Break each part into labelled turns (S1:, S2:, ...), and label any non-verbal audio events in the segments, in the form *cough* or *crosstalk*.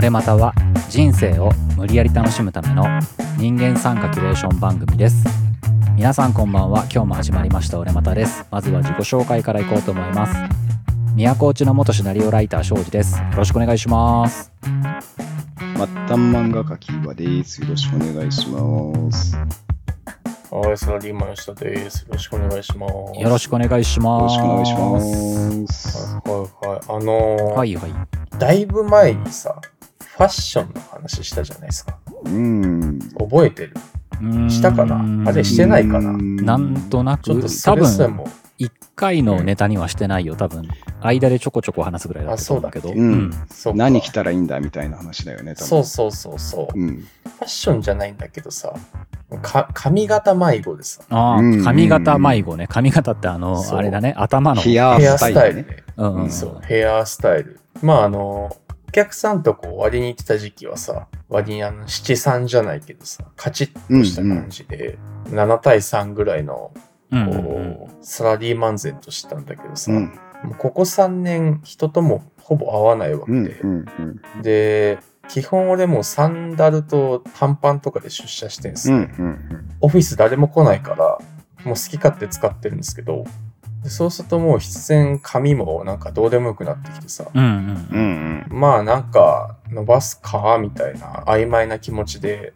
S1: れまたは人生を無理やり楽しむための人間参加キュレーション番組です皆さんこんばんは今日も始まりました俺またですまずは自己紹介からいこうと思います宮古内の元シナリオライター庄司ですよろしくお願いします
S2: 末端漫画家キーバです。よろしくお願いします。よ
S3: はい、サラリーマン吉田です。よろしくお願いします。
S1: よろしくお願いし
S2: ろ
S1: ま
S2: し
S1: す
S2: くお願いします。
S3: はいはいはい。あのー
S1: はいはい
S3: だいぶ前にさ、ファッションの話したじゃないですか。
S2: うん。
S3: 覚えてる
S1: うーん
S3: したかなあれしてないかな
S1: なんとな
S3: ちょっ
S1: く
S3: とそ
S1: 多
S3: れさえ
S1: 分
S3: も。
S1: 1回のネタにはしてないよ多分間でちょこちょこ話すぐらいだったと思うけど
S3: あそう
S2: うん。
S3: そうか
S2: 何着たらいいんだみたいな話だよね、多分
S3: そうそうそうそう。フ
S2: うん。
S3: ァッションじゃないんだけどさ、か髪型迷子でさ、
S1: ああ
S2: うん
S1: 髪型迷子ね髪型ってあの
S3: そう
S1: あれだね頭の
S2: ヘア
S3: ヘア
S2: ス
S3: ス
S2: タ
S3: タ
S2: イ
S3: イ
S2: ル
S3: ル
S2: ね。
S3: ね。
S1: うんうん
S3: そう、ヘアスタイル。まああのーお客さんとこう割りに行ってた時期はさ、割にあの七三じゃないけどさ、カチッとした感じで、7対3ぐらいの
S1: うんうんうん
S3: こうサラリーマン勢としたんだけどさ、
S2: うん。
S3: もうここ3年人ともほぼ会わないわけ
S2: うん。
S3: で、
S2: うん。
S3: で基本俺もうサンダルと短パンとかで出社してんす、
S2: うん。うん。
S3: オフィス誰も来ないからもう好き勝手使ってるんですけどでそうするともう必然髪もなんかどうでもよくなってきてさ、
S1: うんうん
S2: うん。うん。
S3: まあなんか伸ばすかみたいな曖昧な気持ちで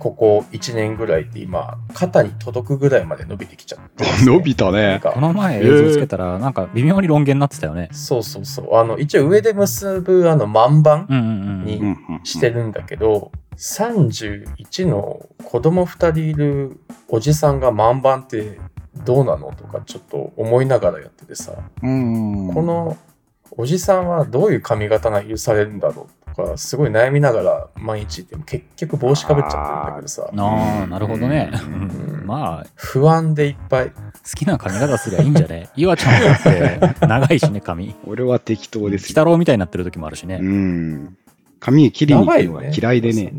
S3: ここ1年ぐらいで今肩に届くぐらいまで伸びてきちゃってます
S2: *laughs*
S3: ね、
S2: 伸びた
S3: なん
S2: ね。
S3: か
S1: この前映像つけたらなんか微妙に論言になってたよね
S3: そうそうそう。あの、一応上で結ぶあの、満番
S1: うんうんうん
S3: に
S2: うんうん。
S3: してるんだけど、31の子供2人いるおじさんが満番ってどうなのとかちょっと思いながらやっててさ、
S2: うん。
S3: このおじさんはどういう髪型が許されるんだろうとか、すごい悩みながら毎日行っても結局帽子かぶっちゃってるんだけどさ、
S1: ああなるほどね
S2: う
S1: まあ
S3: 不安でいっぱい。
S1: 好きな髪型すりゃいいんじゃねゆわちゃんだって長いしね髪
S2: 俺は適当です
S1: 鬼。太郎みたいになってる時もあるしね
S2: うん。髪切りに行くのは嫌いでね。。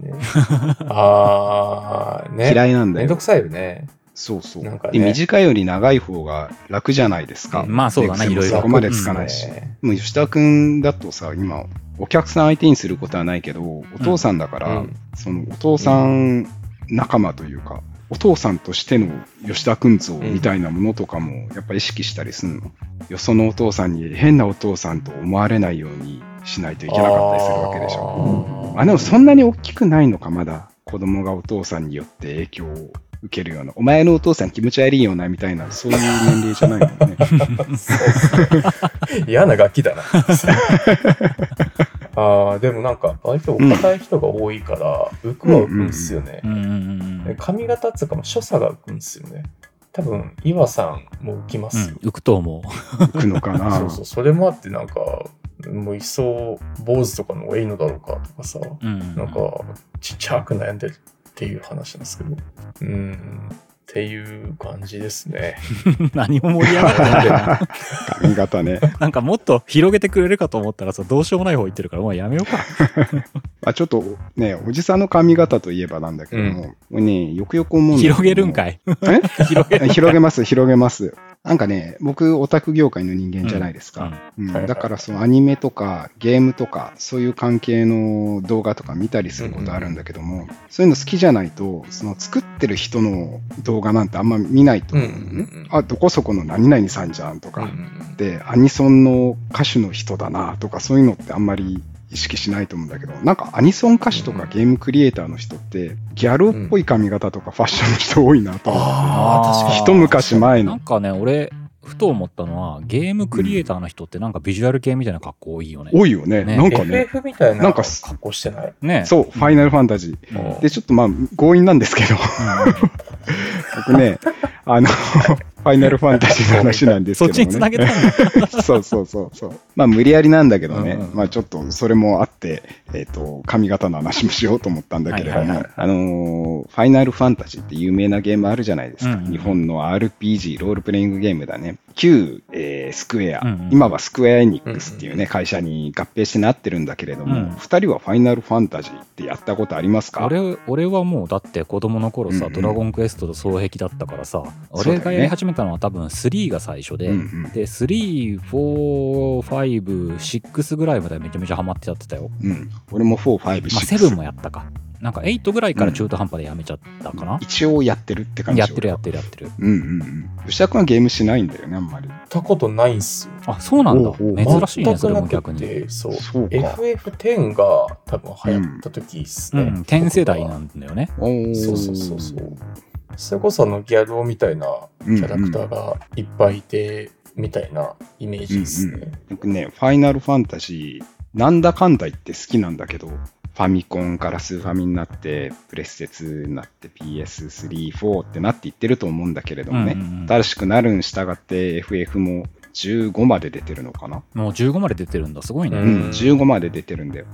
S3: あー、ね。
S2: 嫌いなんだ
S3: めんど
S2: よ
S3: く。さいよね。
S2: そうそう。
S3: なんか
S2: で
S3: ね
S2: 短いより長い方が楽じゃないですか。
S1: まあそうだな
S2: で
S1: いろいろ
S2: そこまでつかないし。
S3: ね
S2: もう吉田君だとさ、今、お客さん相手にすることはないけど、お父さんだから、
S3: うん
S2: そのお父さん仲間というか、お父さんとしての吉田君像みたいなものとかも、やっぱ意識したりするの。よそのお父さんに変なお父さんと思われないようにしないといけなかったりするわけでしょ。
S3: ょ
S2: あ、でもそんなに大きくないのか、まだ。子供がお父さんによって影響を受けるような、お前のお父さん気持ち悪いよな、みたいな、そういう年齢じゃないもんね。
S3: 嫌な楽
S1: *laughs*
S3: 器だな。あーでもなんか割とお堅い人が多いから浮くは浮くんですよね
S1: う。んうんうんうん
S3: 髪型っつうかもう所作が浮くんですよね。多分岩さんも浮きま
S1: う
S3: すよ。
S1: ん浮くと思う
S2: 行くのかな。
S3: そうそうそれもあってなんかもういっそ坊主とかの方がいいのだろうかとかさ、
S1: うんうん
S3: なんかちっちゃく悩んでるっていう話なんですけど。うんっていう感じですね。
S1: 何も盛り上がってないんだよな
S2: 髪型ね。
S1: なんかもっと広げてくれるかと思ったらさどうしようもない方言ってるからもうやめようか
S2: あちょっとね、おじさんの髪型といえばなんだけども、もうね、よくよく思うんだけど
S1: 広げるんかい
S2: え
S1: 広げる
S2: 広げます、広げます。なんかね、僕、オタク業界の人間じゃないですか。うん
S3: はいはい
S2: だから、そのアニメとかゲームとか、そういう関係の動画とか見たりすることあるんだけども、そういうの好きじゃないと、その作ってる人の動画なんてあんま見ないと思うのね、
S3: うんうんうん
S2: あ、どこそこの何々さんじゃんとか、で、アニソンの歌手の人だなとか、そういうのってあんまり意識しないと思うんだけど、なんかアニソン歌手とかゲームクリエイターの人って、ギャルっぽい髪型とかファッションの人多いなと思って
S1: あー
S2: 一昔前
S1: な
S2: の
S1: ん。かね俺ふと思ったのはゲームクリエイターの人ってなんかビジュアル系みたいな格好多いよね、
S2: 多いよね。
S1: ね
S2: なんかね。
S3: FF みたい
S2: な
S3: なん
S2: か
S3: 格
S2: す
S3: 好してない。
S1: ね
S2: そう、ファイナルファンタジー。
S1: うん
S2: で、ちょっとまあ、強引なんで
S1: *laughs*
S2: すけど、僕ね、あの、ファイナルファンタジーの話なんです
S1: *laughs* そっ
S2: けど
S1: ちにつ
S2: もね。
S1: なげたんだ
S2: そうそうそうそう。まあ無理やりなんだけどね、
S1: うんうん
S2: まあちょっとそれもあって、えっ、と、髪型の話もしようと思ったんだけれども、
S1: はいはいは
S2: あのーファイナルファンタジーって有名なゲームあるじゃないですか。
S1: うんうん
S2: 日本の RPG、ロールプレイングゲームだね。旧、えースクエア、
S1: うんうん
S2: 今はスクエアエニックスっていうね、会社に合併してなってるんだけれど
S1: うん
S2: も、二、人はファイナルファンタジーってやったことありますか
S1: 俺俺はもうだって子供の頃さ、
S2: うんうん
S1: ドラゴンクエストと双璧だったからさ
S2: そうだよ
S1: 俺
S2: ね
S1: がやり始めたのは多分3が最初で、
S2: うんうん
S1: で34556ぐらいまでめちゃめちゃハマってやってたよ、
S2: うん、俺も4、5、
S1: まあ、
S2: 6。
S1: 7もやったかなんか8ぐらいから中途半端でやめちゃったかな、
S2: 一応やってるって感じ。
S1: やってるやってるやってる
S2: うんうんうん。吉田君はゲームしないんだよね、あんまり。
S3: たことないんすよ。
S1: あそうなんだ
S2: おうおう
S1: 珍しいね
S3: 全
S1: そ
S3: く
S1: れ
S3: な
S1: も逆
S3: く
S1: に
S3: て、そう。
S2: そうか。
S3: FF10 が多分流行った時っす
S1: う
S3: ね。
S1: ん天世代なんだよね
S2: おー
S3: そうそうそうそう。それこそあのギャル男みたいなキャラクターがいっぱいいて、みたいなイメージですね。
S2: うん僕ね、ファイナルファンタジー、なんだかんだ言って好きなんだけど、ファミコンからスーファミになって、プレステ2になって、PS3、4ってなっていってると思うんだけれどもね、
S1: うんうんうん
S2: 新しくなるに従って FF も15まで出てるのかな、
S1: もう15まで出てるんだすごいね、
S2: う
S1: うんん
S3: うん
S2: 15まで出てるんだよ。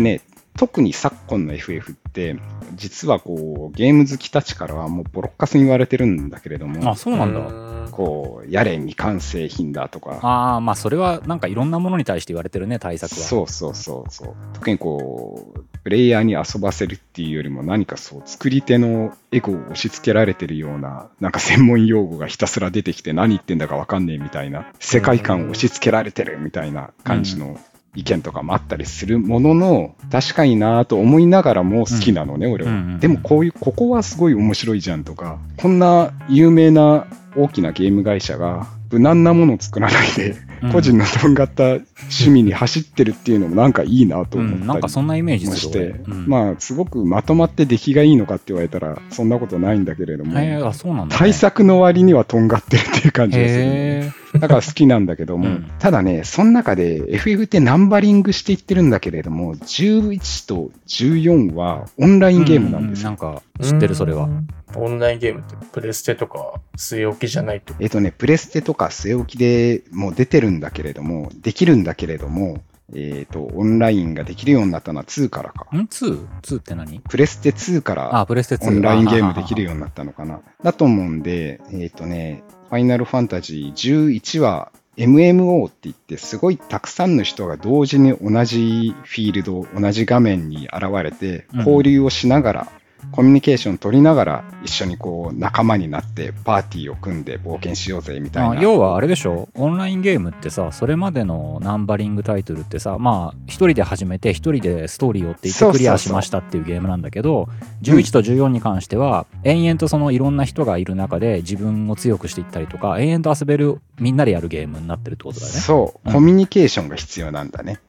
S1: ね
S2: ね、特に昨今の FF って、実はこう、ゲーム好きたちからはもうボロッカスに言われてるんだけれども
S1: あ、そうなんだ、
S3: うん
S2: こう、やれ未完成品だとか、
S1: ああまあそれはなんかいろんなものに対して言われてるね対策は
S2: そうそうそうそう。特にこう、プレイヤーに遊ばせるっていうよりも何かそう、作り手のエゴを押し付けられてるような、なんか専門用語がひたすら出てきて何言ってんだかわかんねえみたいな、世界観を押し付けられてるみたいな感じの意見とかもあったりするものの、確かになぁと思いながらも好きなのね、俺
S1: うんうんう
S2: は
S1: ん。
S2: でもこういう、ここはすごい面白いじゃんとか、こんな有名な大きなゲーム会社が無難なものを作らないで、
S1: うん
S2: 個人のとんがった趣味に走ってるっていうのもなんかいいなと
S1: う
S2: 思
S1: ん、な
S2: っ
S1: ん
S2: た
S1: か
S2: り
S1: そんなイメージ
S2: も
S1: す
S2: し
S1: る
S2: て、
S1: 俺うん、
S2: まあすごくまとまって出来がいいのかって言われたらそんなことないんだけれども、
S1: へえあそうなんだ、ね、
S2: 対策の割にはとんがってるっていう感じがする。
S1: へえ
S2: だから好きなんだけども、
S1: うん
S2: ただね、その中で FF ってナンバリングしていってるんだけれども、11と14はオンラインゲームなんです
S1: な
S2: よ
S1: んか知ってるそれは、
S3: うんオンラインゲームってプレステとか据え置きじゃないと
S2: えっとね、プレステとか据え置きでもう出てるんだけれども、できるんだけれども、えっ、と、オンラインができるようになったのは2からか。
S1: ん 2?2 って何
S2: プレステ2から
S1: あプレステ2
S2: オンラインゲームできるようになったのかな。だと思うんで、えっ、とね、ファイナルファンタジー11は MMO って言って、すごいたくさんの人が同時に同じフィールド、同じ画面に現れて、
S1: うん
S2: 交流をしながら、コミュニケーション取りながら一緒にこう仲間になってパーティーを組んで冒険しようぜみたい
S1: あ
S2: な。
S1: 要はあれでしょオンラインゲームってさそれまでのナンバリングタイトルってさまあ一人で始めて一人でストーリーを追っていって
S2: そうそうそう
S1: クリアしましたっていうゲームなんだけど
S2: うん
S1: 11と14に関しては延々とそのいろんな人がいる中で自分を強くしていったりとか延々と遊べるみんなでやるゲームになってるってことだよね
S2: そう、
S1: うん
S2: コミュニケーションが必要なんだね。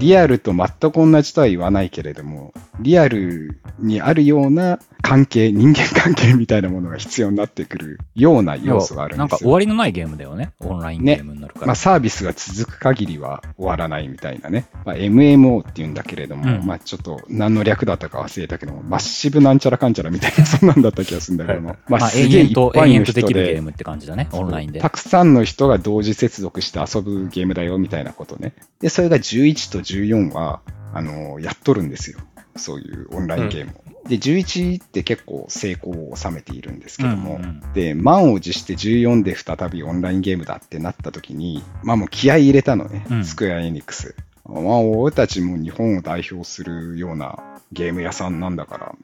S2: リ
S3: ア
S2: アルと全く同じとは言わないけれども、リアルにあるような関係、人間関係みたいなものが必要になってくるような要素がある
S1: なん
S2: んで
S1: か
S2: す
S1: 終
S2: よ。
S1: わりのないゲームだよねオンラインゲームになるから、
S2: まあ、サービスが続く限りは終わらないみたいなね。まあ、MMO って言うんだけれども、
S1: うん
S2: まあちょっと何の略だったか忘れたけども、マッシブなんちゃらかんちゃらみたいな、そんなんだった気がするんだけども。ま
S1: まあ、
S2: すげえ
S1: 延
S2: い
S1: 々
S2: っ
S1: と
S2: ぱい
S1: 延々
S2: の
S1: とで
S2: 人
S1: きるゲ
S2: で
S1: ームって感じだねオンラインで
S2: たくさんの人が同時接続して遊ぶゲームだよみたいなことね。で、それが11と14は、あのやっとるんですよ。そういうオンラインゲームを。で、11って結構成功を収めているんですけども、
S1: うんうん
S2: で、満を持して14で再びオンラインゲームだってなった時に、まあもう気合い入れたのね、
S1: うん
S2: スクエアエニックス。まあ俺たちも日本を代表するようなゲーム屋さんなんだから、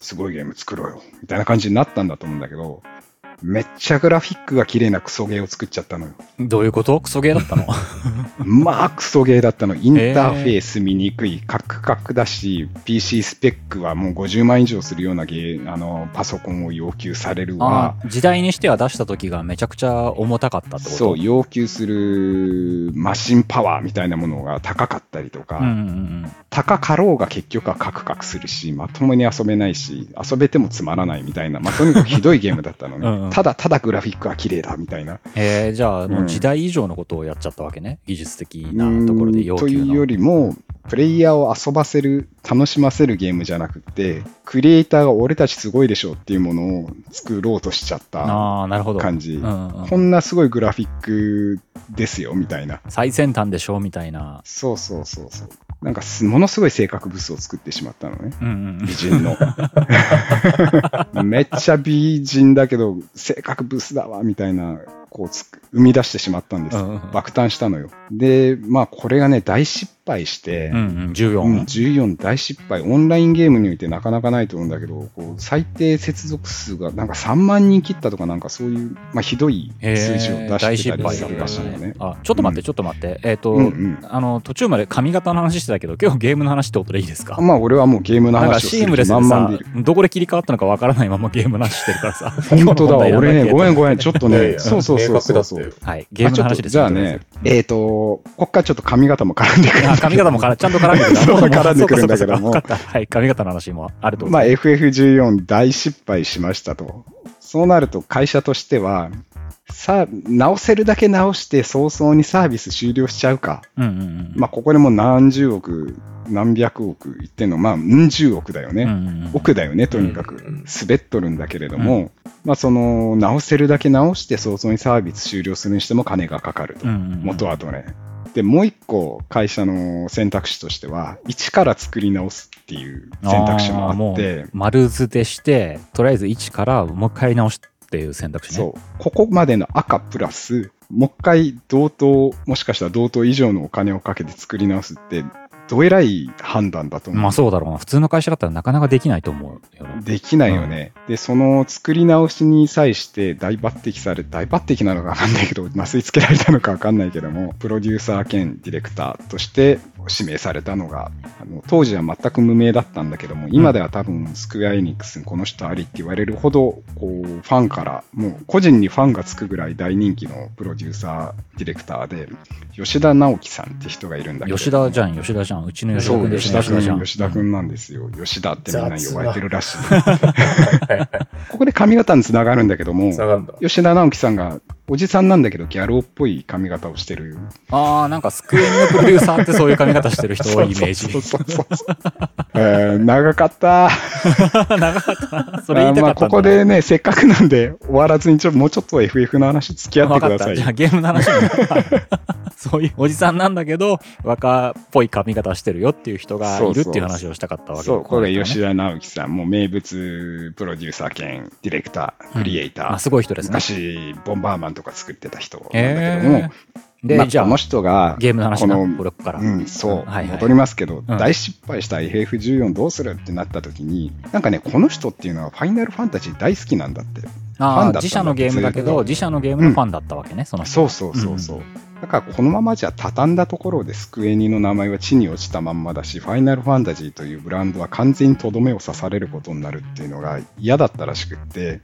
S2: すごいゲーム作ろうよ、みたいな感じになったんだと思うんだけど、めっちゃグラフィックが綺麗なクソゲーを作っちゃったのよ。
S1: どういうことクソゲーだったの
S2: まあ、クソゲーだったの。インターフェース見にくい、カクカクだし、PC スペックはもう50万以上するようなゲー、あの、パソコンを要求されるわ
S1: あ。ー時代にしては出した時がめちゃくちゃ重たかったってこと
S2: そう、要求するマシンパワーみたいなものが高かったりとか、
S1: うんうんうん
S2: 高かろうが結局はカクカクするし、まともに遊べないし、遊べてもつまらないみたいな、まあ、とにかくひどいゲームだったのね。
S1: うんうん
S2: ただただグラフィックは綺麗だみたいな。
S1: えー、じゃあもううん時代以上のことをやっちゃったわけね、技術的なところで要
S2: と
S1: 求
S2: いう
S1: の
S2: よりも、プレイヤーを遊ばせる、楽しませるゲームじゃなくて、クリエイターが俺たちすごいでしょっていうものを作ろうとしちゃった
S1: ああなるほど、
S2: 感じ
S1: うん。うん
S2: こんなすごいグラフィックですよ、みたいな。
S1: 最先端でしょみたいな、
S2: そうそうそうそう。なんかす、ものすごい性格ブスを作ってしまったのね。
S1: うんうんうん
S2: 美人
S1: *laughs*
S2: の。めっちゃ美人だけど、性格ブスだわ、みたいなこうつく生み出してしまったんです。
S1: うんうんうん
S2: 爆誕したのよ。で、まあこれがね、大失敗して、
S1: うんうん、14。
S2: うん14大失敗、オンラインゲームにおいてなかなかないと思うんだけど、こう最低接続数がなんか3万人切ったとか、なんかそういう、まあ、ひどい
S1: へー
S2: 数字を出
S1: 大
S2: して
S1: 失
S2: たり
S1: 敗
S2: す
S1: だ
S2: るらしいのね。
S1: あちょっと待って、ちょっと待って。えっ、と、
S2: うんうん
S1: あの、途中まで髪型の話してたけど、今日ゲームの話ってことでいいですか
S2: まあ、俺はもうゲーム
S1: な
S2: の
S1: んか
S2: 話をす
S1: シー
S2: る
S1: ムレ
S2: 気
S1: スで
S2: 満々
S1: さ
S2: でいる。、
S1: どこで切り替わったのかわからないままゲームの話してるからさ。
S2: 本当だ
S1: *laughs*
S2: わ、
S1: 今日の問題
S2: *laughs* 俺
S1: なんだ
S2: ね、
S1: けど
S2: ごめんごめん、ちょっと *laughs*
S3: いやい
S2: ね、
S3: や
S2: そうそうそうそうそう。
S3: 明確だっ
S1: はい、ゲームの話です
S2: あちょっとじゃあね、えっ、と、こっからちょっと髪型も絡んでく
S1: と
S2: る
S1: り
S2: ん
S1: あえず。
S2: だ
S1: あ髪型
S2: けど。
S1: もからちゃんと絡んでくる
S2: *laughs* そう絡んでくるんだけども
S1: そうかそうかそうかわかったはい、髪型の話もあると
S2: まあ、FF14 大失敗しましたと。そうなると会社としては、さあ、直せるだけ直して早々にサービス終了しちゃうか。
S1: うんうんうん。
S2: まあ、ここでもう何十億、何百億言ってんの、まあ、うん十億だよね。
S1: うんうんうん
S2: 億だよね、とにかく
S3: うんうん。
S2: 滑っとるんだけれども、まあ、その、直せるだけ直して早々にサービス終了するにしても金がかかると。
S1: うんうんうん
S2: 元はどれ。で、もう一個会社の選択肢としては、一から作り直すっていう選択肢も
S1: ー
S2: あって、
S1: う丸図でして、とりあえず1からもう一回直すっていう選択肢ね。
S2: そう。ここまでの赤プラス、もう一回同等、もしかしたら同等以上のお金をかけて作り直すって、どえらい判断だと思う。
S1: まあそうだろうな。普通の会社だったらなかなかできないと思うよな。
S2: できないよね、で、その作り直しに際して大抜擢され、大抜擢なのかわかんないけど、 *laughs* 麻酔つけられたのかわかんないけども、プロデューサー兼ディレクターとして指名されたのが、あの当時は全く無名だったんだけども、今では多分スクエアエニックスにこの人ありって言われるほど、こう、ファンから、もう個人にファンがつくぐらい大人気のプロデューサー、ディレクターで、吉田直樹さんって人がいるんだけど。
S1: 吉田じゃん、吉田じゃん。うちの吉田
S2: そ
S1: 君
S2: う、
S1: で
S2: 吉
S1: す
S2: 田
S1: ね。吉田じゃ
S2: 君、
S1: ん。
S2: 吉田君なんですよ。吉田ってみんな呼ばれてるらしい。ここで髪型につながるんだけども
S3: つ、ながるんだ。
S2: 吉田直樹さんが、おじさんなんだけどギャローっぽい髪型をしてる。
S1: ああ、なんかスクエニのプロデューサーってそういう髪型してる人多いイメージ
S2: そう。そうそうそう。えー長かった。
S1: *laughs* 長かった。それ言いた
S2: あーま
S1: か
S2: あ
S1: ったん
S2: こ
S1: だ
S2: こ
S1: な。
S2: でね、せっかくなんで、終わらずにちょ、もうちょっと FF の話付き合って
S1: わ
S2: く
S1: か
S2: だ
S1: っ
S2: さ
S1: た。
S2: い
S1: じ。ゃあゲームの話に。 *laughs* そういうおじさんなんだけど、若っぽい髪型してるよっていう人がいるっていう話をしたかったわけ
S2: そう、これ
S1: ね
S2: 吉田直樹さん、もう名物プロデューサー兼ディレクター、クリエイター。
S1: まあすごい人ですね。
S2: 昔、ボンバーマンとか作ってた人なんだけども、
S1: えーで、
S2: まあ
S1: じゃ
S2: この
S1: あ、
S2: 人が、
S1: ゲームの話な、
S2: この
S1: これから。
S2: うん、そう、
S1: はいはい
S2: 戻りますけど、
S1: うん
S2: 大失敗した FF14 どうするってなった時に、なんかね、この人っていうのはファイナルファンタジー大好きなんだって。ファ
S1: あ
S2: ンだ
S1: あ
S2: ったんだ
S1: 自社のゲームだけ
S2: ずっ
S1: ど、
S2: と
S1: 自社のゲームのファンだったわけね、その人
S2: そうそうそうそう。だからこのままじゃ畳んだところでスクエニの名前は地に落ちたまんまだし、ファイナルファンタジーというブランドは完全にとどめを刺されることになるっていうのが嫌だったらしくって、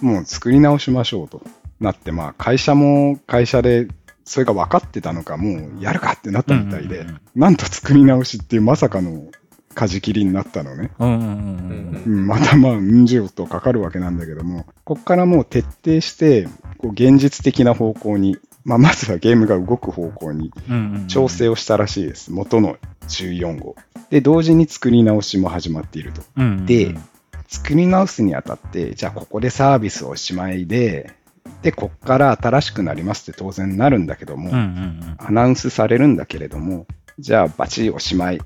S2: もう作り直しましょうとなって、まあ会社も会社でそれが分かってたのか、もうやるかってなったみたい
S1: う
S2: で、
S1: んうんうん
S2: なんと作り直しっていうまさかの舵切りになったのね。
S1: うんうん
S3: う
S1: うんうん。
S2: うんんまたまあ、うん十とかかるわけなんだけども、こっからもう徹底して、こう現実的な方向に、まあ、まずはゲームが動く方向に
S1: うんうん
S2: 調整をしたらしいです。元の14号。で、同時に作り直しも始まっていると。
S1: うんうんうん
S2: で作り直すにあたって、じゃあここでサービスおしまいで、で、こっから新しくなりますって当然なるんだけども、
S1: うんうん
S2: アナウンスされるんだけれども、じゃあバチおしまい、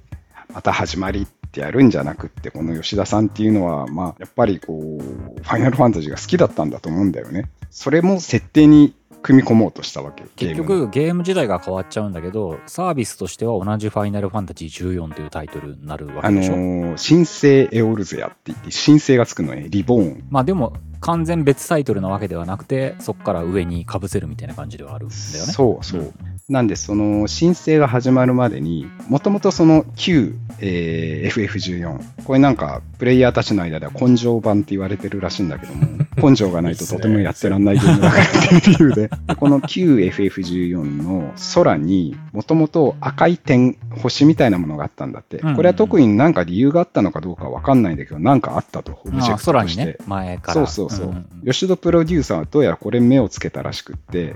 S2: また始まりってやるんじゃなくって、この吉田さんっていうのは、まあ、やっぱりこう、ファイナルファンタジーが好きだったんだと思うんだよね。それも設定に組み込もうとしたわけ。
S1: 結
S2: ゲームの、
S1: 局ゲーム時代が変わっちゃうんだけどサービスとしては同じ「ファイナルファンタジー14」というタイトルになるわ
S2: あ
S1: け
S2: の
S1: でしょ、
S2: ー、新生エオルゼアって言って、新生がつくのね、リボーン。
S1: まあでも完全別タイトルなわけではなくてそこから上にかぶせるみたいな感じではあるんだよね
S2: そうそう。なんで、その、申請が始まるまでに、もともとその旧、えー FF14、これなんか、プレイヤーたちの間では根性版って言われてるらしいんだけ
S1: *laughs*
S2: ども、根性がないととてもやってらんないゲームだからっていう理由で、この旧 FF14 の空に、もともと赤い点、星みたいなものがあったんだって、
S1: うんうん
S2: これは特になんか理由があったのかどうかわかんないんだけど、なんかあったと、オブジ
S1: ま
S2: ェ
S1: あ
S2: クト
S1: 空
S2: と
S1: に
S2: し
S1: ね
S2: て。
S1: 前から
S2: そうそうそう。
S1: んん
S2: 吉田プロデューサーはどうやらこれ目をつけたらしくって、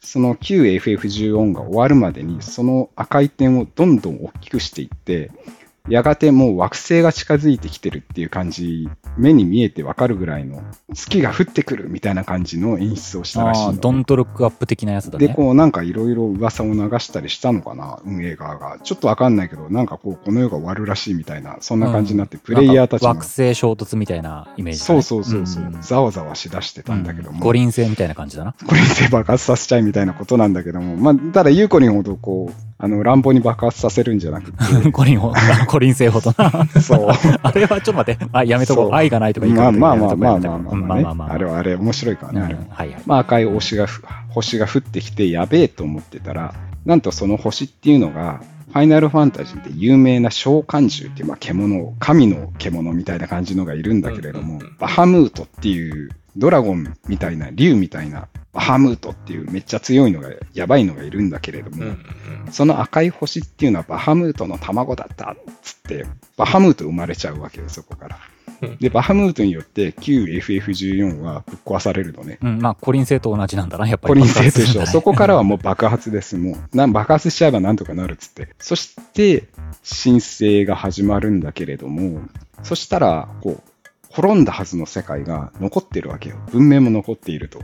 S2: その旧 FF14 が終わるまでに、その赤い点をどんどん大きくしていって、やがてもう惑星が近づいてきてるっていう感じ、目に見えてわかるぐらいの、月が降ってくるみたいな感じの演出をしたらしい
S1: あ
S2: の
S1: ードントロックアップ的なやつだね。
S2: で、こうなんかいろいろ噂を流したりしたのかな、運営側が。ちょっとわかんないけど、なんかこう、この世が終わるらしいみたいな、そんな感じになって、プレイヤーたち
S1: なん
S2: も
S1: か惑星衝突みたいなイメージだ
S2: そ
S1: ね、
S2: うそうそうそう、
S3: うん
S2: ざわざわしだしてたんだけど
S1: う
S2: も、
S1: 五輪星みたいな感じだな。
S2: *laughs* これで爆発させちゃいみたいなことなんだけども、まあ、ただ、ゆうこりんほど、こう、あの、乱暴に爆発させるんじゃなく
S1: 五輪ほ、 *laughs* 五輪星ほど
S2: *laughs*
S1: な。
S2: て、そう。
S1: あれはちょっと待って、あ、やめとこ
S2: そう
S1: う。愛がないとかいいか
S2: ま
S1: ら
S2: あまあまあ
S1: やめ
S2: ま
S1: と
S2: あま
S1: こう
S2: あまあ
S1: やめとこううん
S2: まあ、
S1: まあ
S2: ね
S1: まあまあ。
S2: あれはあれ、面白いからね、あれ
S1: う
S2: も
S1: ん。はいはい。
S2: まあ、赤い星がふ、星が降ってきて、やべえと思ってたら、なんとその星っていうのが、ファイナルファンタジーで有名な召喚獣っていう、まあ、獣、神の獣みたいな感じのがいるんだけれど
S3: うん
S2: も
S3: うんうん、
S2: バハムートっていう、ドラゴンみたいな、竜みたいな、バハムートっていうめっちゃ強いのが、やばいのがいるんだけれど
S3: うん
S2: も、
S3: うんうん
S2: その赤い星っていうのはバハムートの卵だったっつって、バハムート生まれちゃうわけよ、そこから
S3: うん。
S2: で、バハムートによって旧 FF14 はぶっ壊されるのね。
S1: うん、まあ、五輪星と同じなんだな、やっぱ
S2: コ
S1: り。
S2: リン
S1: *laughs*
S2: 製と一緒。そこから
S1: は。
S2: はもう爆発です。もう、なん爆発しちゃえばなんとかなるっつって。そして、申請が始まるんだけれども、そしたら、こう、滅んだはずの世界が残ってるわけよ。文明も残っていると。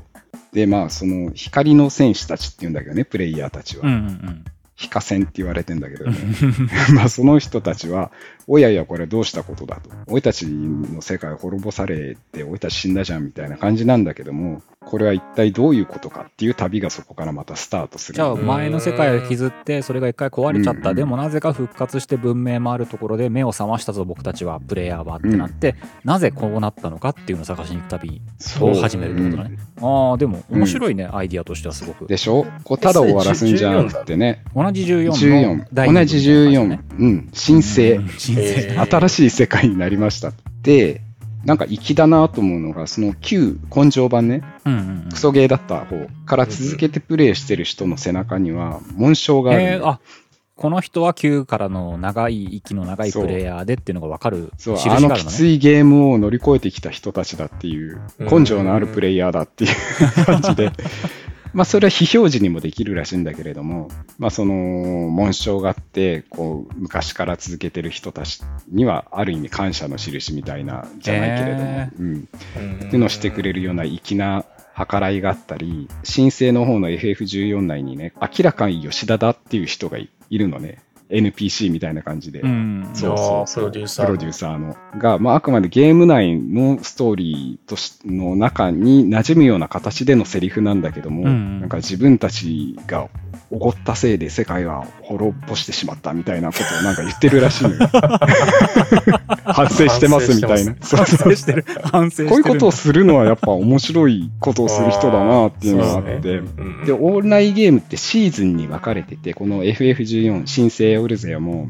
S2: で、まあ、その、光の戦士たちっていうんだけどね、プレイヤーたちは。
S1: うんうん
S2: ヒカセンって言われてんだけど、
S1: う
S2: ね、 *laughs*
S1: ん。
S2: まあその人たちは、おやいや、これどうしたことだと。俺たちの世界滅ぼされて、俺たち死んだじゃんみたいな感じなんだけども、これは一体どういうことかっていう旅がそこからまたスタートする。
S1: じゃあ、前の世界を引きずって、それが一回壊れちゃっ
S2: う
S1: た。
S2: ん
S1: でも、なぜか復活して文明もあるところで、目を覚ましたぞ、僕たちは、プレイヤーはってなって、なぜこうなったのかっていうのを探しに行く旅
S2: そう
S1: を始めるってことだね。ああ、でも、面白いね、アイディアとしてはすごく。
S2: でしょこうただ終わらすんじゃなくてね、
S1: 同じ14の、第二部み
S2: 14同じ
S1: たいな
S2: 14
S1: 感、
S2: うん、申
S1: じだね。
S2: 請
S1: うん、人生。
S3: えー
S2: 新しい世界になりました。で、なんか粋だなと思うのが、その旧根性版ね、
S1: うんうんうん
S2: クソゲーだった方から続けてプレイしてる人の背中には紋章があるんだよ
S1: えーあこの人は9からの長い息の長いプレイヤーでっていうのが分かる
S2: そう、
S1: 印があ
S2: あ
S1: る
S2: の
S1: の
S2: きつ
S1: ね。
S2: いゲームを乗り越えてきた人たちだっていう、根性のあるプレイヤーだっていう *laughs* 感じで、
S1: *laughs*
S2: まあそれは非表示にもできるらしいんだけれども、まあその紋章があって、こう、昔から続けてる人たちにはある意味感謝の印みたいな、じゃないけれども、
S1: へ
S2: うん。
S3: うん
S2: っていうのをしてくれるような粋な計らいがあったり、申請の方の FF14 内にね、明らかに吉田だっていう人がいいるのね、NPC みたいな感じで。
S1: うん、
S2: そうそうそう
S3: あープロデューサー
S2: プロデューサーの。が、まあ、あくまでゲーム内のストーリーとしの中に馴染むような形でのセリフなんだけど
S1: う
S2: も、
S1: んうん
S2: なんか自分たちがおごったせいで世界は滅ぼしてしまったみたいなことをなんか言ってるらしいの
S1: *laughs*
S2: よ。発生してますみたいな。そうそう
S1: 反省してる。 *laughs* 反省してる。
S2: こういうことをするのはやっぱ面白いことをする人だなっていうのがあって。
S3: あーうん
S2: で、オールナイゲームってシーズンに分かれてて、この FF14、新生オルゼアも、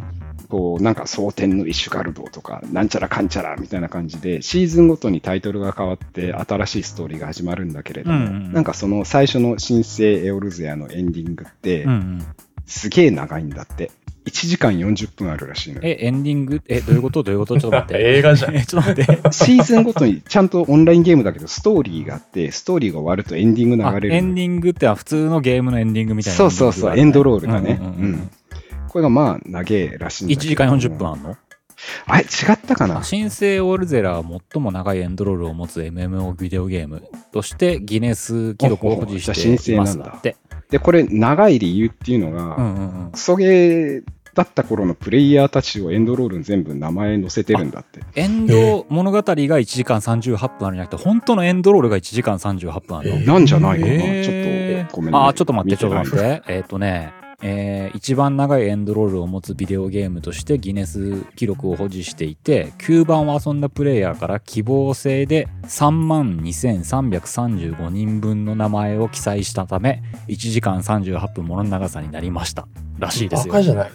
S2: こう、なんか、蒼天のイシュガルドとか、なんちゃらかんちゃらみたいな感じで、シーズンごとにタイトルが変わって、新しいストーリーが始まるんだけれども、
S1: うんうん
S2: なんかその最初の新生エオルゼアのエンディングって、
S1: うんうん、
S2: すげえ長いんだって。1時間40分あるらしいのよ。
S1: え、エンディング、え、どういうことどういうことちょっと待って。
S3: *laughs* 映画じゃん
S1: え、 *laughs* ちょっと
S2: *laughs*
S1: 待って。
S2: シーズンごとに、ちゃんとオンラインゲームだけど、ストーリーがあって、ストーリーが終わるとエンディング流
S1: あ
S2: れるの
S1: エ
S2: よ。
S1: ンディングってのは普通のゲームのエンディングみたいな、
S2: そうそうそう、エンドロールがね。
S1: う
S2: うん
S1: うん
S2: ん
S1: うんうん
S2: これがまあ、長えらしいんだ
S1: 1
S2: け
S1: 時
S2: れど
S1: 間
S2: も
S1: 40分あんの
S2: あれ、違ったかな
S1: 新生オルゼラは最も長いエンドロールを持つ MMO ビデオゲームとしてギネス記録を保持していますだって。
S2: で、これ、長い理由っていうのが、
S1: うんうんうん
S2: ク。ソゲーだった頃のプレイヤーたちをエンドロールに全部名前載せてるんだって。
S1: エンド物語が1時間38分あるんじゃなくて、本当のエンドロールが1時間38分あるの。
S3: え
S2: なんじゃないのかな、
S1: えー
S2: ちょっと、ごめんね。
S1: あー、ちょっと待って、ちょっと待
S2: 見
S1: って
S2: ない。
S1: て。 *laughs* えっ、とね、えー一番長いエンドロールを持つビデオゲームとしてギネス記録を保持していて、9番を遊んだプレイヤーから希望制で32,335人分の名前を記載したため、1時間38分もの長さになりました。らしいで
S3: バ
S1: すよ
S3: カ。じゃない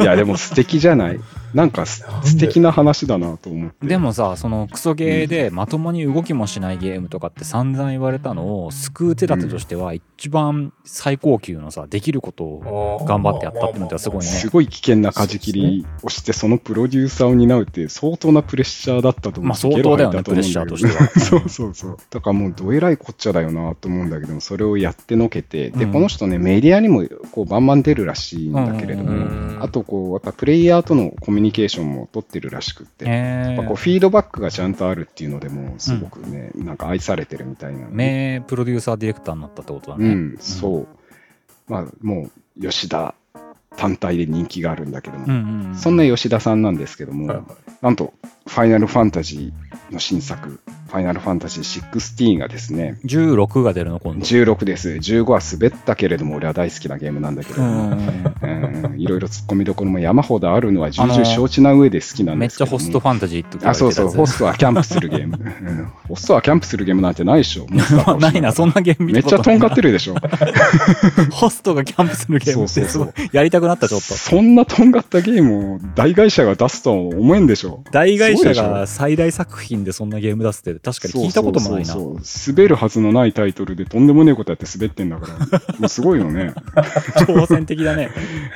S2: いや、でも素敵じゃない。なんかす
S3: なんで
S2: 素敵な話だなと思って。
S1: でもさそのクソゲーでまともに動きもしないゲームとかって散々言われたのを救う手立てとしては一番最高級のさできることを
S3: の
S1: 頑張ってやったってのはすごいね
S2: すごい危険な舵切りをして、そのプロデューサーを担うって相当なプレッシャーだったと思う。
S1: まあ相当だよね
S2: ゲロ吐いた思うん
S1: プレッ
S2: だけど
S1: シャーと
S2: そうそうそう。だからもうどえらいこっちゃだよなと思うんだけど、それをやってのけて、で、
S1: うん
S2: この人ね、メディアにもこうバンバン出るらしいんだけれども、
S1: うんうん
S3: うん
S2: あとこう、やっぱプレイヤーとのコミュニケーションも取ってるらしくって、
S1: *laughs* え
S2: やっぱこう
S1: ー、
S2: フィードバックがちゃんとあるっていうのでも、すごくね、なんか愛されてるみたいなので、
S1: 名プロデューサーディレクターになったってことだ
S2: う
S1: ね。
S2: ん、そう。まあ、もう、吉田単体で人気があるんだけども、
S1: うんうんうん、
S2: そんな吉田さんなんですけども、
S3: はいはい
S2: なんと、ファイナルファンタジーの新作、ファイナルファンタジー16がですね、
S1: 16が出るの今度。
S2: 16です。15は滑ったけれども、俺は大好きなゲームなんだけど
S1: う、んうん
S2: うんいろいろ突っ込みどころも山ほどあるのは重
S1: あの
S2: 々承知な上で好きな
S1: うん
S2: ん
S1: め
S2: で
S1: っ
S2: す
S1: ちゃ
S2: けども
S1: ホストファンタジーって言
S2: あ、
S1: われて
S2: そ
S1: る
S2: う
S1: やつ
S2: そう、ホストはキャンプするゲーム。うんホストはキャンプするゲームなんてないでしょ。モンスター倒し
S1: ないな、そんなゲーム見
S2: め
S1: た
S2: っ
S1: こ
S2: ち
S1: とな
S2: ゃ
S1: い
S2: とんがってる
S1: *laughs*
S2: でしょ。
S1: ホストがキャンプするゲームってすごい
S2: そう
S1: やりたくなった、ちょっと。
S2: そんなとんがったゲームを大会社が出すとは思えんでしょ。
S1: 大会社
S2: そうで
S1: が最大作品でそんなゲーム出すって確かに聞いたこともないな
S2: そう。そうそう滑るはずのないタイトルでとんでもねえことやって滑ってんだから、
S1: *laughs*
S2: もうすごいよね。
S1: 挑戦的だね。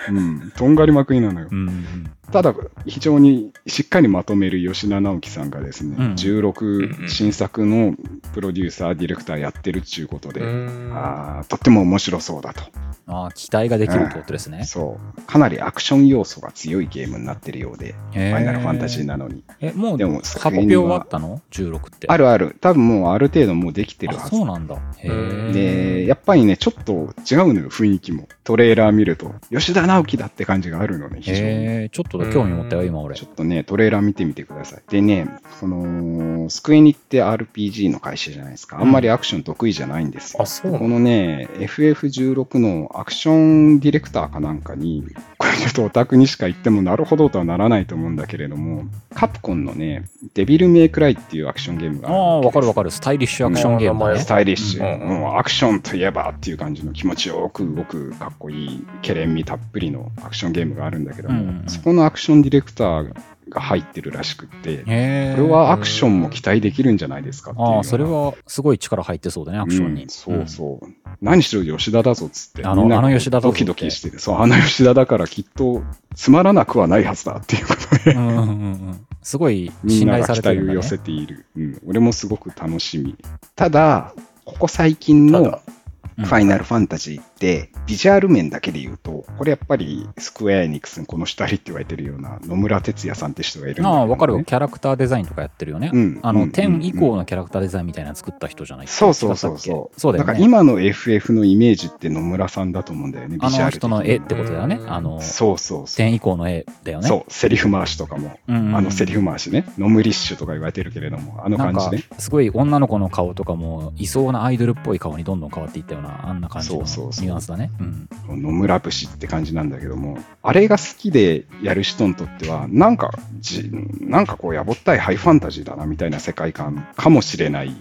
S2: うん、とんがりまくりなのよ
S1: う。ん
S2: ただ、非常にしっかりまとめる吉田直樹さんがですね、
S1: うん
S2: 16新作のプロデューサー、ディレクターやってるっていうことで、
S3: うん
S2: あーとっても面白そうだと。
S1: ああ期待ができるってことですね。
S2: そう。かなりアクション要素が強いゲームになってるようで、
S1: フ
S2: フ
S1: ァ
S2: ァイナルファンタジー。なのに。
S1: え、もう
S2: でも
S1: 発
S2: 作品は
S1: 表終わったの ?16 って。
S2: あ
S1: る
S2: るある。多分もうある程度もうできてるは
S1: あ、
S2: ず。
S1: そうなんだ。へ
S3: うん
S1: え。
S2: で、やっぱりね、ちょっと違うのよ、雰囲気も。トレーラー見ると、吉田直樹だって感じがあるのね、非常に。
S1: へえ、ちょっと興味持ったよ、今俺
S2: ち。ょっとね、トレーラー見てみてください。でね、この、スクエニって RPG の会社じゃないですか。あんまりアクション得意じゃないんですよ。
S3: あ、そうな
S2: こ
S3: の
S2: のね、FF16 のアクションディレクターかなんかに、これちょっとオタクにしか言ってもなるほどとはならないと思うんだけれども、カプコンのね、デビルメイクライっていうアクションゲームが
S1: あ
S2: ある
S1: あ、わかるわ
S2: か
S1: かる。スタイリッシュアクションゲーム
S3: る
S1: だ
S2: ス
S1: ね。
S2: タイリッシュ、
S3: うん
S2: うんアクションといえばっていう感じの気持ちよく動くかっこいい、ケレン味たっぷりのアクションゲームがあるんだけども、
S1: うんうんうん
S2: そこのアクションディレクターが入ってるらしくって、
S1: へえ。
S2: これはアクションも期待できるんじゃないですかっていうような。
S1: ああ、それはすごい力入ってそうだね、アクション
S2: う
S1: に。
S2: んそうそう、何しろ吉田だぞっつって。
S1: あの
S2: みんな
S1: あの吉田だぞっ
S2: ド
S1: て
S2: キドキしてる。そう、あの吉田だからきっとつまらなくはないはずだっていうことで、
S1: うん。うんうんうん。すごい
S2: み
S1: *laughs*
S2: ん
S1: 信
S2: な
S1: 頼さ
S2: が
S1: れて
S2: 期待を
S1: るんだ
S2: 寄
S1: ね
S2: せ。ている。うん。俺もすごく楽しみ。ただ、ここ最近
S3: た
S2: の
S3: だ、
S1: うん
S2: ファイナルファンタジーって、ビジュアル面だけで言うと、これやっぱりスクエアエニックスにこの人ありって言われてるような野村哲也さんって人がいるんだけど、
S1: あ
S2: ね。
S1: あ、わかるよ。キャラクターデザインとかやってるよね。
S2: うん
S1: あ
S2: う
S1: の、
S2: ん
S1: 10以降のキャラクターデザインみたいなの作った人じゃない
S2: そうそうそう
S1: 違ったっ
S2: そ
S1: け
S2: う。
S1: そうだよ
S2: から
S1: ね。
S2: 今の FF のイメージって野村さんだと思うんだよね、
S1: あ
S2: ビジュア
S1: の
S2: ル的
S1: 人
S2: に
S1: の絵ってことだよね。
S3: うん
S1: あの、
S2: そうそうそう。
S1: 10以降の絵だよね。
S2: そう、セリフ回しとかも。
S1: うんうん
S2: あのセリフ回しね。ノムリッシュとか言われてるけれども、あの
S1: なんか
S2: 感じね。、
S1: すごい女の子の顔とかも、いそうなアイドルっぽい顔にどんどん変わっていったような、あんな感じのニ
S2: そうそうそう
S1: ュアンスだね。うん
S2: 野村節って感じなんだけども、あれが好きでやる人にとっては、なんかじ、なんかこう、やぼったいハイファンタジーだなみたいな世界観かもしれないビ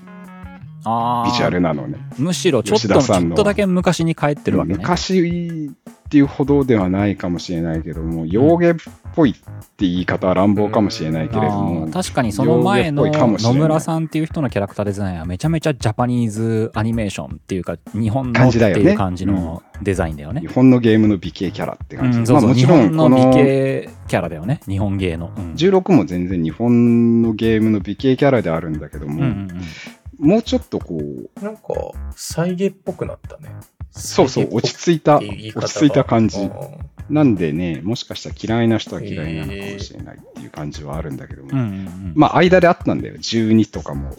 S1: ああ、
S2: ジュアルなのね。
S1: むしろちょっと
S2: 吉田
S1: の、ち
S2: さん
S1: ょっ
S2: の
S1: とだけ昔に帰ってるわけね。
S2: 昔っていうほどではないかもしれないけども、洋芸っぽいって言い方は乱暴かもしれないけれども、
S1: あー確かにその前の
S2: 洋芸っぽいかもしれ
S1: 野
S2: ない
S1: 村さんっていう人のキャラクターデザインはめちゃめちゃジャパニーズアニメーションっていうか日本のっ
S2: 感
S1: て
S2: じだよね
S1: いう感じのデザインだよね
S2: 日。本のゲームの美形キャラって
S1: う
S2: 感じ。
S1: ん、そうそう、
S2: まあも
S1: 日
S2: ちろん、
S1: 本
S2: こ
S1: の美
S2: の
S1: 形キャラだよね。日本芸の。うん
S2: 16も全然日本のゲームの美形キャラであるんだけども、
S1: うんうんうん
S2: もうちょっとこう、
S3: なんか、再現っぽくなったね。
S2: そうそう、落ち
S3: 着い
S2: 着いた、
S3: っていう言い方が
S2: 落ち着いた感じ
S3: う。ん
S2: なんでね、もしかしたら嫌いな人は嫌いなのかもしれないっていう感じはあるんだけども、
S1: うんうんうん
S2: まあ間であったんだよ。12とかも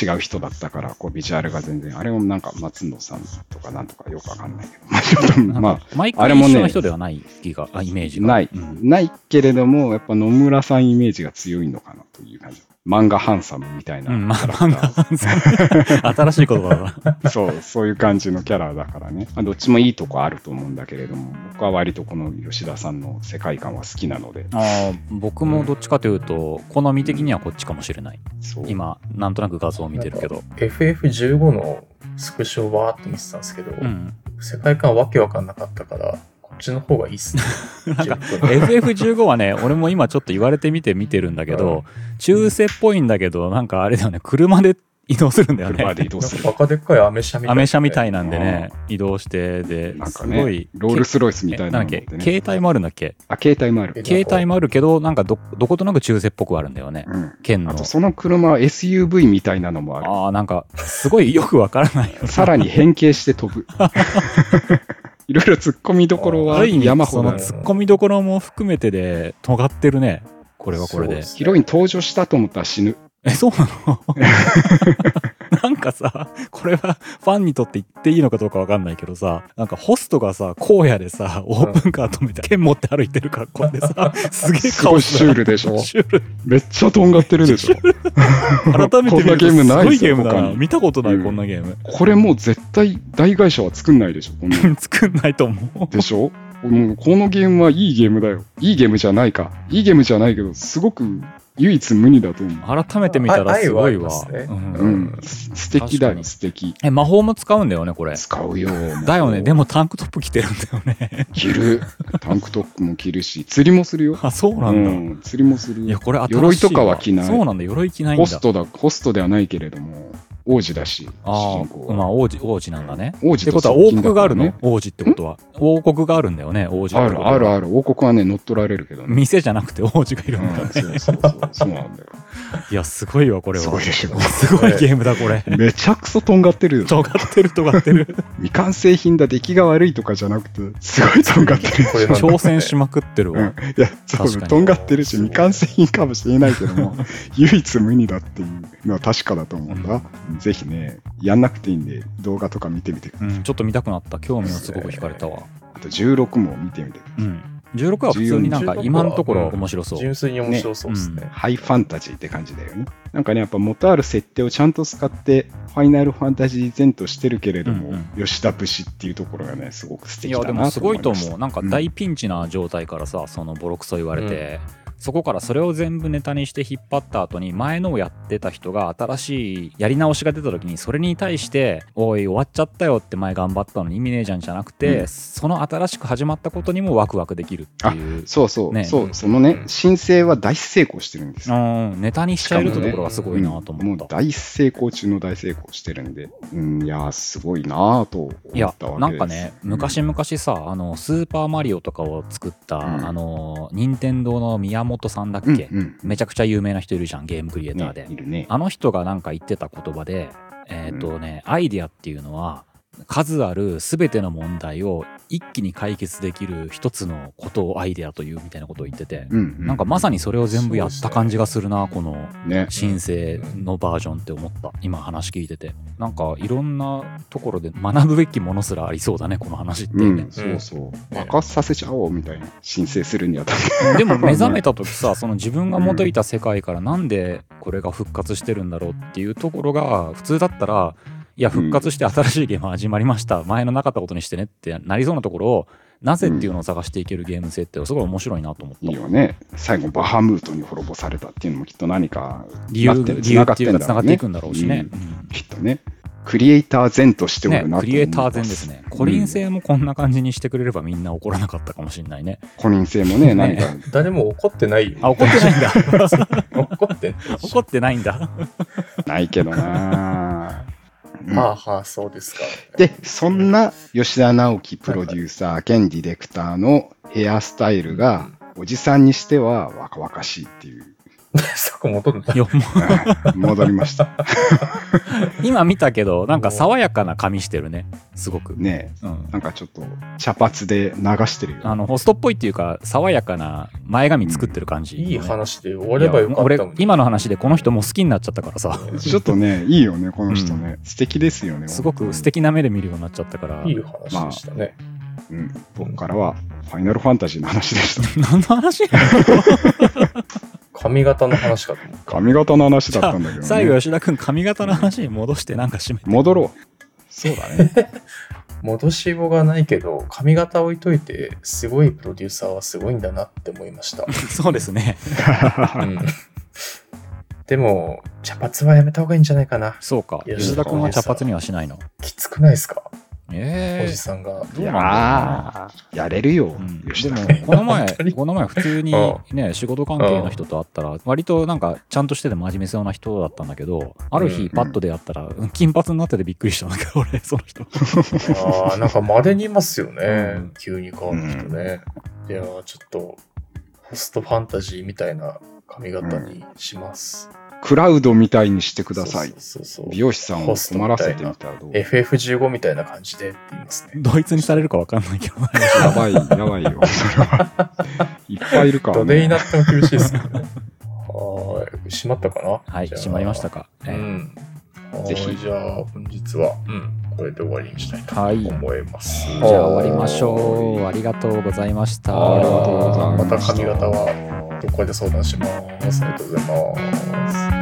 S2: 違う人だったから、こうビジュアルが全然、あれもなんか松野さんとかなんとかよくわかんないけど、まあちょっと、
S1: なん
S2: まあ
S1: か、毎
S2: あ
S1: 回
S2: れもね
S1: 一緒の人ではない気が、あイメージが。
S2: ない、
S1: うん
S2: ないけれども、やっぱ野村さんイメージが強いのかなという感じ。漫画ハンサムみたいな
S1: うん、まあ、
S2: キャラクター
S1: 漫 *laughs* 画新しい言葉だな。
S2: そう、そういう感じのキャラだからね。まあどっちもいいとこあると思うんだけれども、僕は割とこの吉田さんの世界観は好きなので、
S1: あー僕もどっちかというと、好み的にはこっちかもしれない。
S2: そう。
S1: 今、なんとなく画像を見てるけど。
S3: FF15 のスクショをわーって見てたんですけど、
S1: うん。
S3: 世界観わけわかんなかったから、こっちの方がいいっす
S2: *laughs*
S3: ね。
S1: なんか
S3: 10分
S1: FF15 はね、俺も今ちょっと言われてみて見てるんだけど、中世っぽいんだけど、なんかあれだよね、車で移動するんだよ
S2: 車
S1: ね。
S2: で移動
S3: なん
S2: す
S3: か
S2: る
S3: バ。カでっかいアメ車みたいな、
S1: アメ車みたいなんでね、移動して、で、
S2: なん
S1: す
S2: か
S1: ご
S2: ね
S1: い、、
S2: ロールスロイスみた
S1: え
S2: い
S1: な
S2: なんの
S1: だっ
S2: で
S1: け、
S2: ね。
S1: 携帯もあるんだっけ
S2: あ、携帯もある。
S1: 携帯もあるけど、なんかど、どことなく中世っぽくはあるんだよね。
S2: うん。
S1: 県
S2: あ
S1: の
S2: と、。その車は SUV みたいなのもあ
S1: *laughs*
S2: る。
S1: ああ、なんか、すごいよくわからないよね。
S2: さらに変形して飛ぶ。いろいろ突っ込みどころ
S1: あ
S2: は
S1: る意味、
S2: 山ほ
S1: そ
S2: ど
S1: の。突っ込みどころも含めてで、尖ってるね。これはこれ
S3: そう
S1: で
S3: っ。す
S2: ヒロイン登場したと思ったら死ぬ。
S1: え、そうなの *laughs* なんかさ、これはファンにとって言っていいのかどうかわかんないけどさ、なんかホストがさ、荒野でさ、オープンカー止めて剣持って歩いてる格好でさ、すげえ
S2: すご
S1: 顔
S2: い
S1: して
S2: シュールでしょ。
S1: シュール。
S2: めっちゃとんがってるでしょ。
S1: 改めて見
S2: こんな
S1: ると
S2: ゲームないです
S1: すごいゲー
S2: よ
S1: ムだ
S2: 他
S1: な。
S2: に
S1: 見たことない、
S2: うん
S1: こんなゲーム。 *laughs*
S2: これもう絶対大会社は作んないでしょ。こんなの
S1: 作んないと思う。
S2: でしょもうこのゲームはいいゲームだよ。いいゲームじゃないか。いいゲームじゃないけど、すごく唯一無二だと思う。
S1: 改めて見たらすごいわ。
S3: あ愛はありますね
S1: う
S2: うんん。す素敵だ
S1: 確かに
S2: よ、素敵。
S1: え、魔法も使うんだよね、これ。
S2: 使うよ。
S1: だよね。で
S2: も
S1: もタンクトップ着てるんだよね。
S2: う。着る。 *laughs* タンクトップも着るし、釣りもするよ。
S1: あ、そうな
S2: うん
S1: だ。
S2: ん。釣りもする
S1: いや、。これ新しいわ
S2: 鎧とかは着ない
S1: そうなんだ、鎧着ないん
S2: ホ
S1: だ
S2: ス。トだ、ホストではないけれども、王子だし、主
S1: あ
S2: 人公
S1: あ、まあ
S2: は。
S1: 王子、王子なんだね。
S2: 王
S1: っ
S2: 子
S1: てことは
S2: 側
S1: 王
S2: 近だ
S1: 国があるの、
S2: ね
S1: 王子ってことは。王国があるんだよね、王子
S2: あるある
S1: る。
S2: ある。王国はね、乗っ取られるけどね。
S1: 店じゃなくて王子がいるんだね
S2: うん。そうそうそう。そうなんだよ。
S1: いや、すごいわ、これは。
S2: すごいでしょ。
S1: すごいゲームだ、こ
S2: *laughs*
S1: れ。
S2: めちゃくそとんがってるよ。
S1: 尖ってる、尖ってる。
S2: 未完成品だ、出来が悪いとかじゃなくて、すごいとんがってる。
S3: これなんだ
S1: 挑戦しまくってる
S2: う
S1: わ
S2: ん。、いや、そ
S1: 確か
S2: う、
S1: に
S2: とんがってるし、未完成品かもしれないけども、唯一無二だっていうのは確かだと思うんだ。ぜひね、やんなくていいんで、動画とか見てみてくだ
S1: う
S2: さい。
S1: ん、ちょっと見たくなった。興味をすごく惹かれたわ。
S2: あと16も見てみてください。
S1: うん。16は普通になんか今のところ面白そう。
S3: 純粋に面白そうですね。
S1: ね
S2: ハイファンタジーって感じだよね。なんかね、やっぱ元ある設定をちゃんと使って、ファイナルファンタジー前としてるけれども、
S1: うん
S2: 吉田節っていうところがね、すごく素
S1: い
S2: 敵だ
S1: や
S2: な
S1: で
S2: と思いま
S1: も
S2: す。
S1: すごいと思う。なんか
S2: うん
S1: 大ピンチな状態からさ、そのボロクソ言われて、そこからそれを全部ネタにして引っ張った後に、前のをやってた人が新しいやり直しが出た時に、それに対して、おい、終わっちゃったよって前頑張ったのに意味ねえじゃんじゃなくて、
S2: うん
S1: その新しく始まったことにもワクワクできるっていう。
S2: そうそう、
S1: ね
S2: そう、そのね
S3: う、ん
S2: 申請は大成功してるんですよ。
S1: うん、ネタにしちゃえるってところがすごいなと
S2: うん
S1: 思っ
S2: も
S1: た
S2: う。大成功中の大成功してるんで、うん、いやー、すごいなーと思ったわけです。
S1: いやなんかね
S2: うん
S1: 昔々さあのスーパーマリオとかを作った、
S2: ん
S1: あの任天堂の宮本さんだっけ、
S2: うんうん
S1: めちゃくちゃ有名な人いるじゃんゲームクリエイターで、
S2: ね、いるね。
S1: あの人がなんか言ってた言葉でえっ、とね、アイディアっていうのは数ある全ての問題を一気に解決できる一つのことをアイディアというみたいなことを言ってて、
S2: うんう
S1: なんかまさにそれを全部やった感じがするな、この
S2: ね、
S1: 新生のバージョンって思った今話聞いててなんかいろんなところで学ぶべきものすらありそうだねこの話って、
S2: うん、
S1: ね
S2: そうそう。
S3: ね
S2: 爆発させちゃおうみたいな、申請するにあたって。
S1: で
S2: *laughs*
S1: も目覚めた時さその自分が元いた世界からなんでこれが復活してるんだろうっていうところが普通だったらいや復活して新しいゲーム始まりました、前のなかったことにしてねってなりそうなところをなぜっていうのを探していけるゲーム設定はすごい面白いなと思った
S2: いいよね。最後、バハムートに滅ぼされたっていうのもきっと何か
S1: 理由
S2: なって
S1: 理由っていうのがつながっていく
S2: ん
S1: んだろうしね、
S2: う
S1: うん
S2: きっとね。クリエイター前としておるなと思
S1: ね、クリエイター前
S2: い
S1: で
S2: ます
S1: ね。コリン性もこんな感じにしてくれればみんな怒らなかったかもしれ *laughs* ないね。
S2: 個人性もね、何か。
S3: 誰も怒ってないよ。
S1: あ、怒ってないんだ。
S2: *laughs*
S3: 怒ってない
S1: 怒ってないんだ。
S2: ないけどなぁ。うん
S3: はあはあ、そうですか。
S2: で、そんな吉田直樹プロデューサー兼ディレクターのヘアスタイルが、おじさんにしては若々しいっていう。 *laughs*
S3: そこ戻るんだ
S1: い。やもう
S2: はい戻りました。
S1: 今見たけど、なんか爽やかな髪してるね。すごく。
S2: ね
S1: うん
S2: え、なんかちょっと茶髪で流してるよ。
S1: あの、ホストっぽいっていうか、爽やかな前髪作ってる感じ。
S3: いい
S1: ね
S3: 話で終わればよかっ
S1: い
S3: た
S1: や
S3: の
S1: 俺
S3: に。
S1: 今の話でこの人もう好きになっちゃったからさ。
S2: ちょっ
S1: *laughs*
S2: とね、いいよね、この人ね。素敵ですよね。
S1: すごく素敵な目で見るようになっちゃったから。
S3: いい話でしたね。
S2: うん、僕からは、ファイナルファンタジーの話
S1: *laughs*
S2: でした。
S1: 何の話
S3: 髪型の話かと思っ
S2: 髪型の話だったんだけど、ね。
S1: 最後吉田君髪型の話に戻してなんか締めて。
S2: 戻ろう。
S1: *laughs* そうだね。
S3: た。戻し棒がないけど、髪型置いといて、すごいプロデューサーはすごいんだなって思いました。
S1: そうですね。
S3: うんでも、茶髪はやめた方がいいんじゃないかな。
S1: そうか。
S3: いや
S1: 吉田君は茶髪にはしないの。
S3: きつくないですか、
S1: え
S3: お
S1: え
S3: じさんが。
S2: いやーやれるよ、
S1: うん
S2: 吉
S1: でも
S2: 田
S3: *laughs*
S1: この
S2: 君。
S1: 前
S3: 本当に
S1: この前普通に
S3: う
S1: ね仕事関係の人と会ったら割となんかちゃんとしてて真面目そうな人だったんだけどある
S3: うんう
S1: 日
S3: ん
S1: パッと出会ったらうん金髪になっててびっくりしたんだけど *laughs* 俺その人
S3: あーなんかまれにいますよね、
S1: うん
S3: 急に変わる人ね。いやーちょっと、ホストファンタジーみたいな髪型にします。
S2: クラウドみたいにしてください。
S3: そうそうそう
S2: 美容師さんを困らせてみたらどう
S3: FF15 みたいな感じでって言いますね。
S1: ドイツにされるかわかんないけ
S3: *laughs*
S1: ど。
S2: やばい、やばいよ。それは。
S1: *laughs*
S2: いっぱいいるから
S3: どでに
S2: ね。
S3: なっても厳しいですけどね。はーい。閉まったかな
S1: はい、
S3: じゃあ
S1: 閉まりましたか。
S3: う
S1: えー
S3: ん。
S2: ぜ
S3: ぜ
S2: ひ
S3: ひ。じゃあ、本日は、うん、これで終わりにしたいと
S1: はい。
S3: 思います。
S1: じゃあ終わりましょう。ありがとうございました。
S3: ありがとうご
S2: ざいま
S3: また
S2: した
S3: 髪型は、どこで相談します。ありがとうございます。